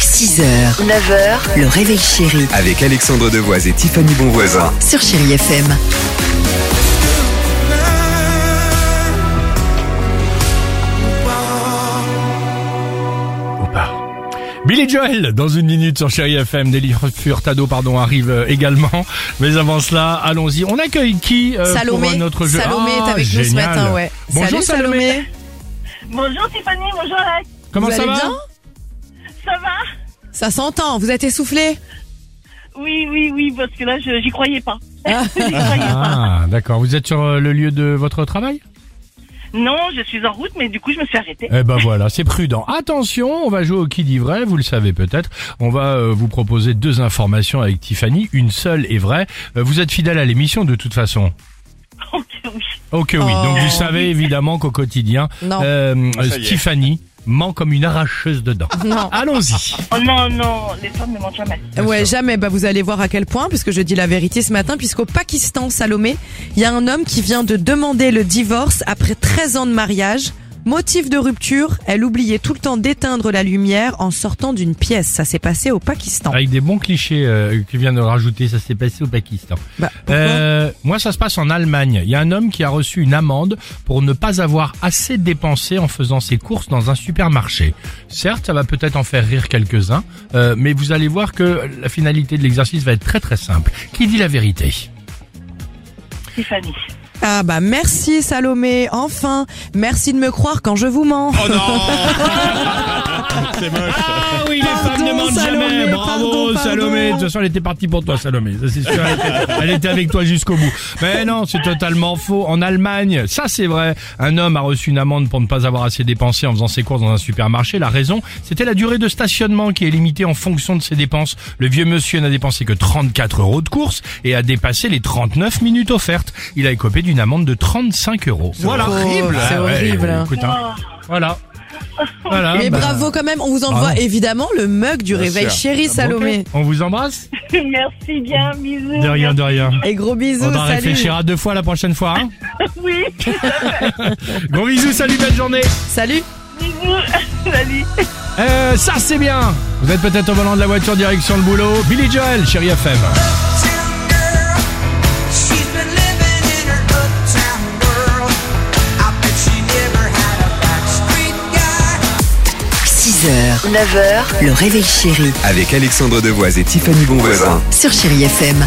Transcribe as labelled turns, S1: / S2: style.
S1: 6h, 9h, le réveil chéri
S2: Avec Alexandre Devoise et Tiffany Bonvoisin.
S1: sur Chéri FM.
S3: Euh,
S4: ou pas. Billy Joel, dans une minute sur Chéri FM, Nelly Furtado, pardon, arrive euh, également. Mais avant cela, allons-y. On accueille qui euh,
S3: Salomé.
S4: pour notre jeu
S3: Salomé est
S4: Ah,
S3: avec nous ce
S4: génial.
S3: matin, ouais.
S4: Bonjour
S3: Salut Salomé.
S5: Bonjour Tiffany, bonjour Alex.
S4: Comment
S3: Vous
S4: ça
S3: allez
S4: va
S3: bien
S5: Ça va
S3: Ça s'entend, vous êtes essoufflé
S5: Oui, oui, oui, parce que là, je- j'y croyais pas. J'y croyais pas.
S4: Ah, d'accord. Vous êtes sur euh, le lieu de votre travail
S5: Non, je suis en route, mais du coup, je me suis arrêtée.
S4: Eh ben voilà, c'est prudent. Attention, on va jouer au qui dit vrai, vous le savez peut-être. On va euh, vous proposer deux informations avec Tiffany. Une seule est vraie. Euh, vous êtes fidèle à l'émission de toute façon.
S5: Ok, oui.
S4: Ok, oui. Donc
S3: Oh.
S4: vous savez évidemment qu'au quotidien,
S3: Non.
S4: euh,
S2: Ça y est.
S4: Tiffany ment comme une arracheuse dedans.
S3: Non.
S4: Allons-y.
S5: Oh non, non, les femmes ne mentent jamais.
S3: Ouais, jamais. Bah, vous allez voir à quel point, puisque je dis la vérité ce matin, puisqu'au Pakistan, Salomé, il y a un homme qui vient de demander le divorce après 13 ans de mariage. Motif de rupture, elle oubliait tout le temps d'éteindre la lumière en sortant d'une pièce. Ça s'est passé au Pakistan.
S4: Avec des bons clichés euh, que vient de rajouter, ça s'est passé au Pakistan.
S3: Bah, pourquoi
S4: Euh, moi, ça se passe en Allemagne. Il y a un homme qui a reçu une amende pour ne pas avoir assez dépensé en faisant ses courses dans un supermarché. Certes, ça va peut-être en faire rire quelques-uns, euh, mais vous allez voir que la finalité de l'exercice va être très très simple. Qui dit la vérité
S5: Tiffany.
S3: Ah bah merci Salomé, enfin, merci de me croire quand je vous mens.
S4: Oh Ah oui, les
S3: Pardon,
S4: femmes ne mentent
S3: Salomé,
S4: jamais. Bravo,
S3: pardon, pardon.
S4: Salomé. De toute façon, elle était partie pour toi, Salomé. Ça, c'est sûr. Elle était, elle était avec toi jusqu'au bout. Mais non, c'est totalement faux. En Allemagne, ça, c'est vrai. Un homme a reçu une amende pour ne pas avoir assez dépensé en faisant ses courses dans un supermarché. La raison, c'était la durée de stationnement qui est limitée en fonction de ses dépenses. Le vieux monsieur n'a dépensé que 34 euros de course et a dépassé les 39 minutes offertes. Il a écopé d'une amende de 35 euros. Voilà.
S3: horrible. C'est
S4: Ah ouais,
S3: horrible.
S4: écoute, hein. Voilà. Voilà.
S3: Mais
S4: bah,
S3: bravo quand même, on vous envoie
S4: bravo.
S3: évidemment le mug du réveil
S2: sûr.
S3: chéri Salomé.
S4: Ah ok. On vous embrasse
S5: Merci bien, bisous.
S4: De rien, de rien.
S3: Et gros bisous,
S4: On en
S3: salut.
S4: réfléchira deux fois la prochaine fois. Hein
S5: Oui,
S4: bon bisous, salut, belle journée.
S3: Salut.
S5: bisous. Salut.
S4: Euh, ça c'est bien. Vous êtes peut-être au volant de la voiture direction le boulot. Billy Joel, chérie FM.
S6: She's been living in her uptown world. I bet she never had a backstreet guy.
S1: 6h, 9h, le réveil chéri
S2: Avec Alexandre Devoise et Tiffany Bonvoisin.
S1: sur Chéri FM.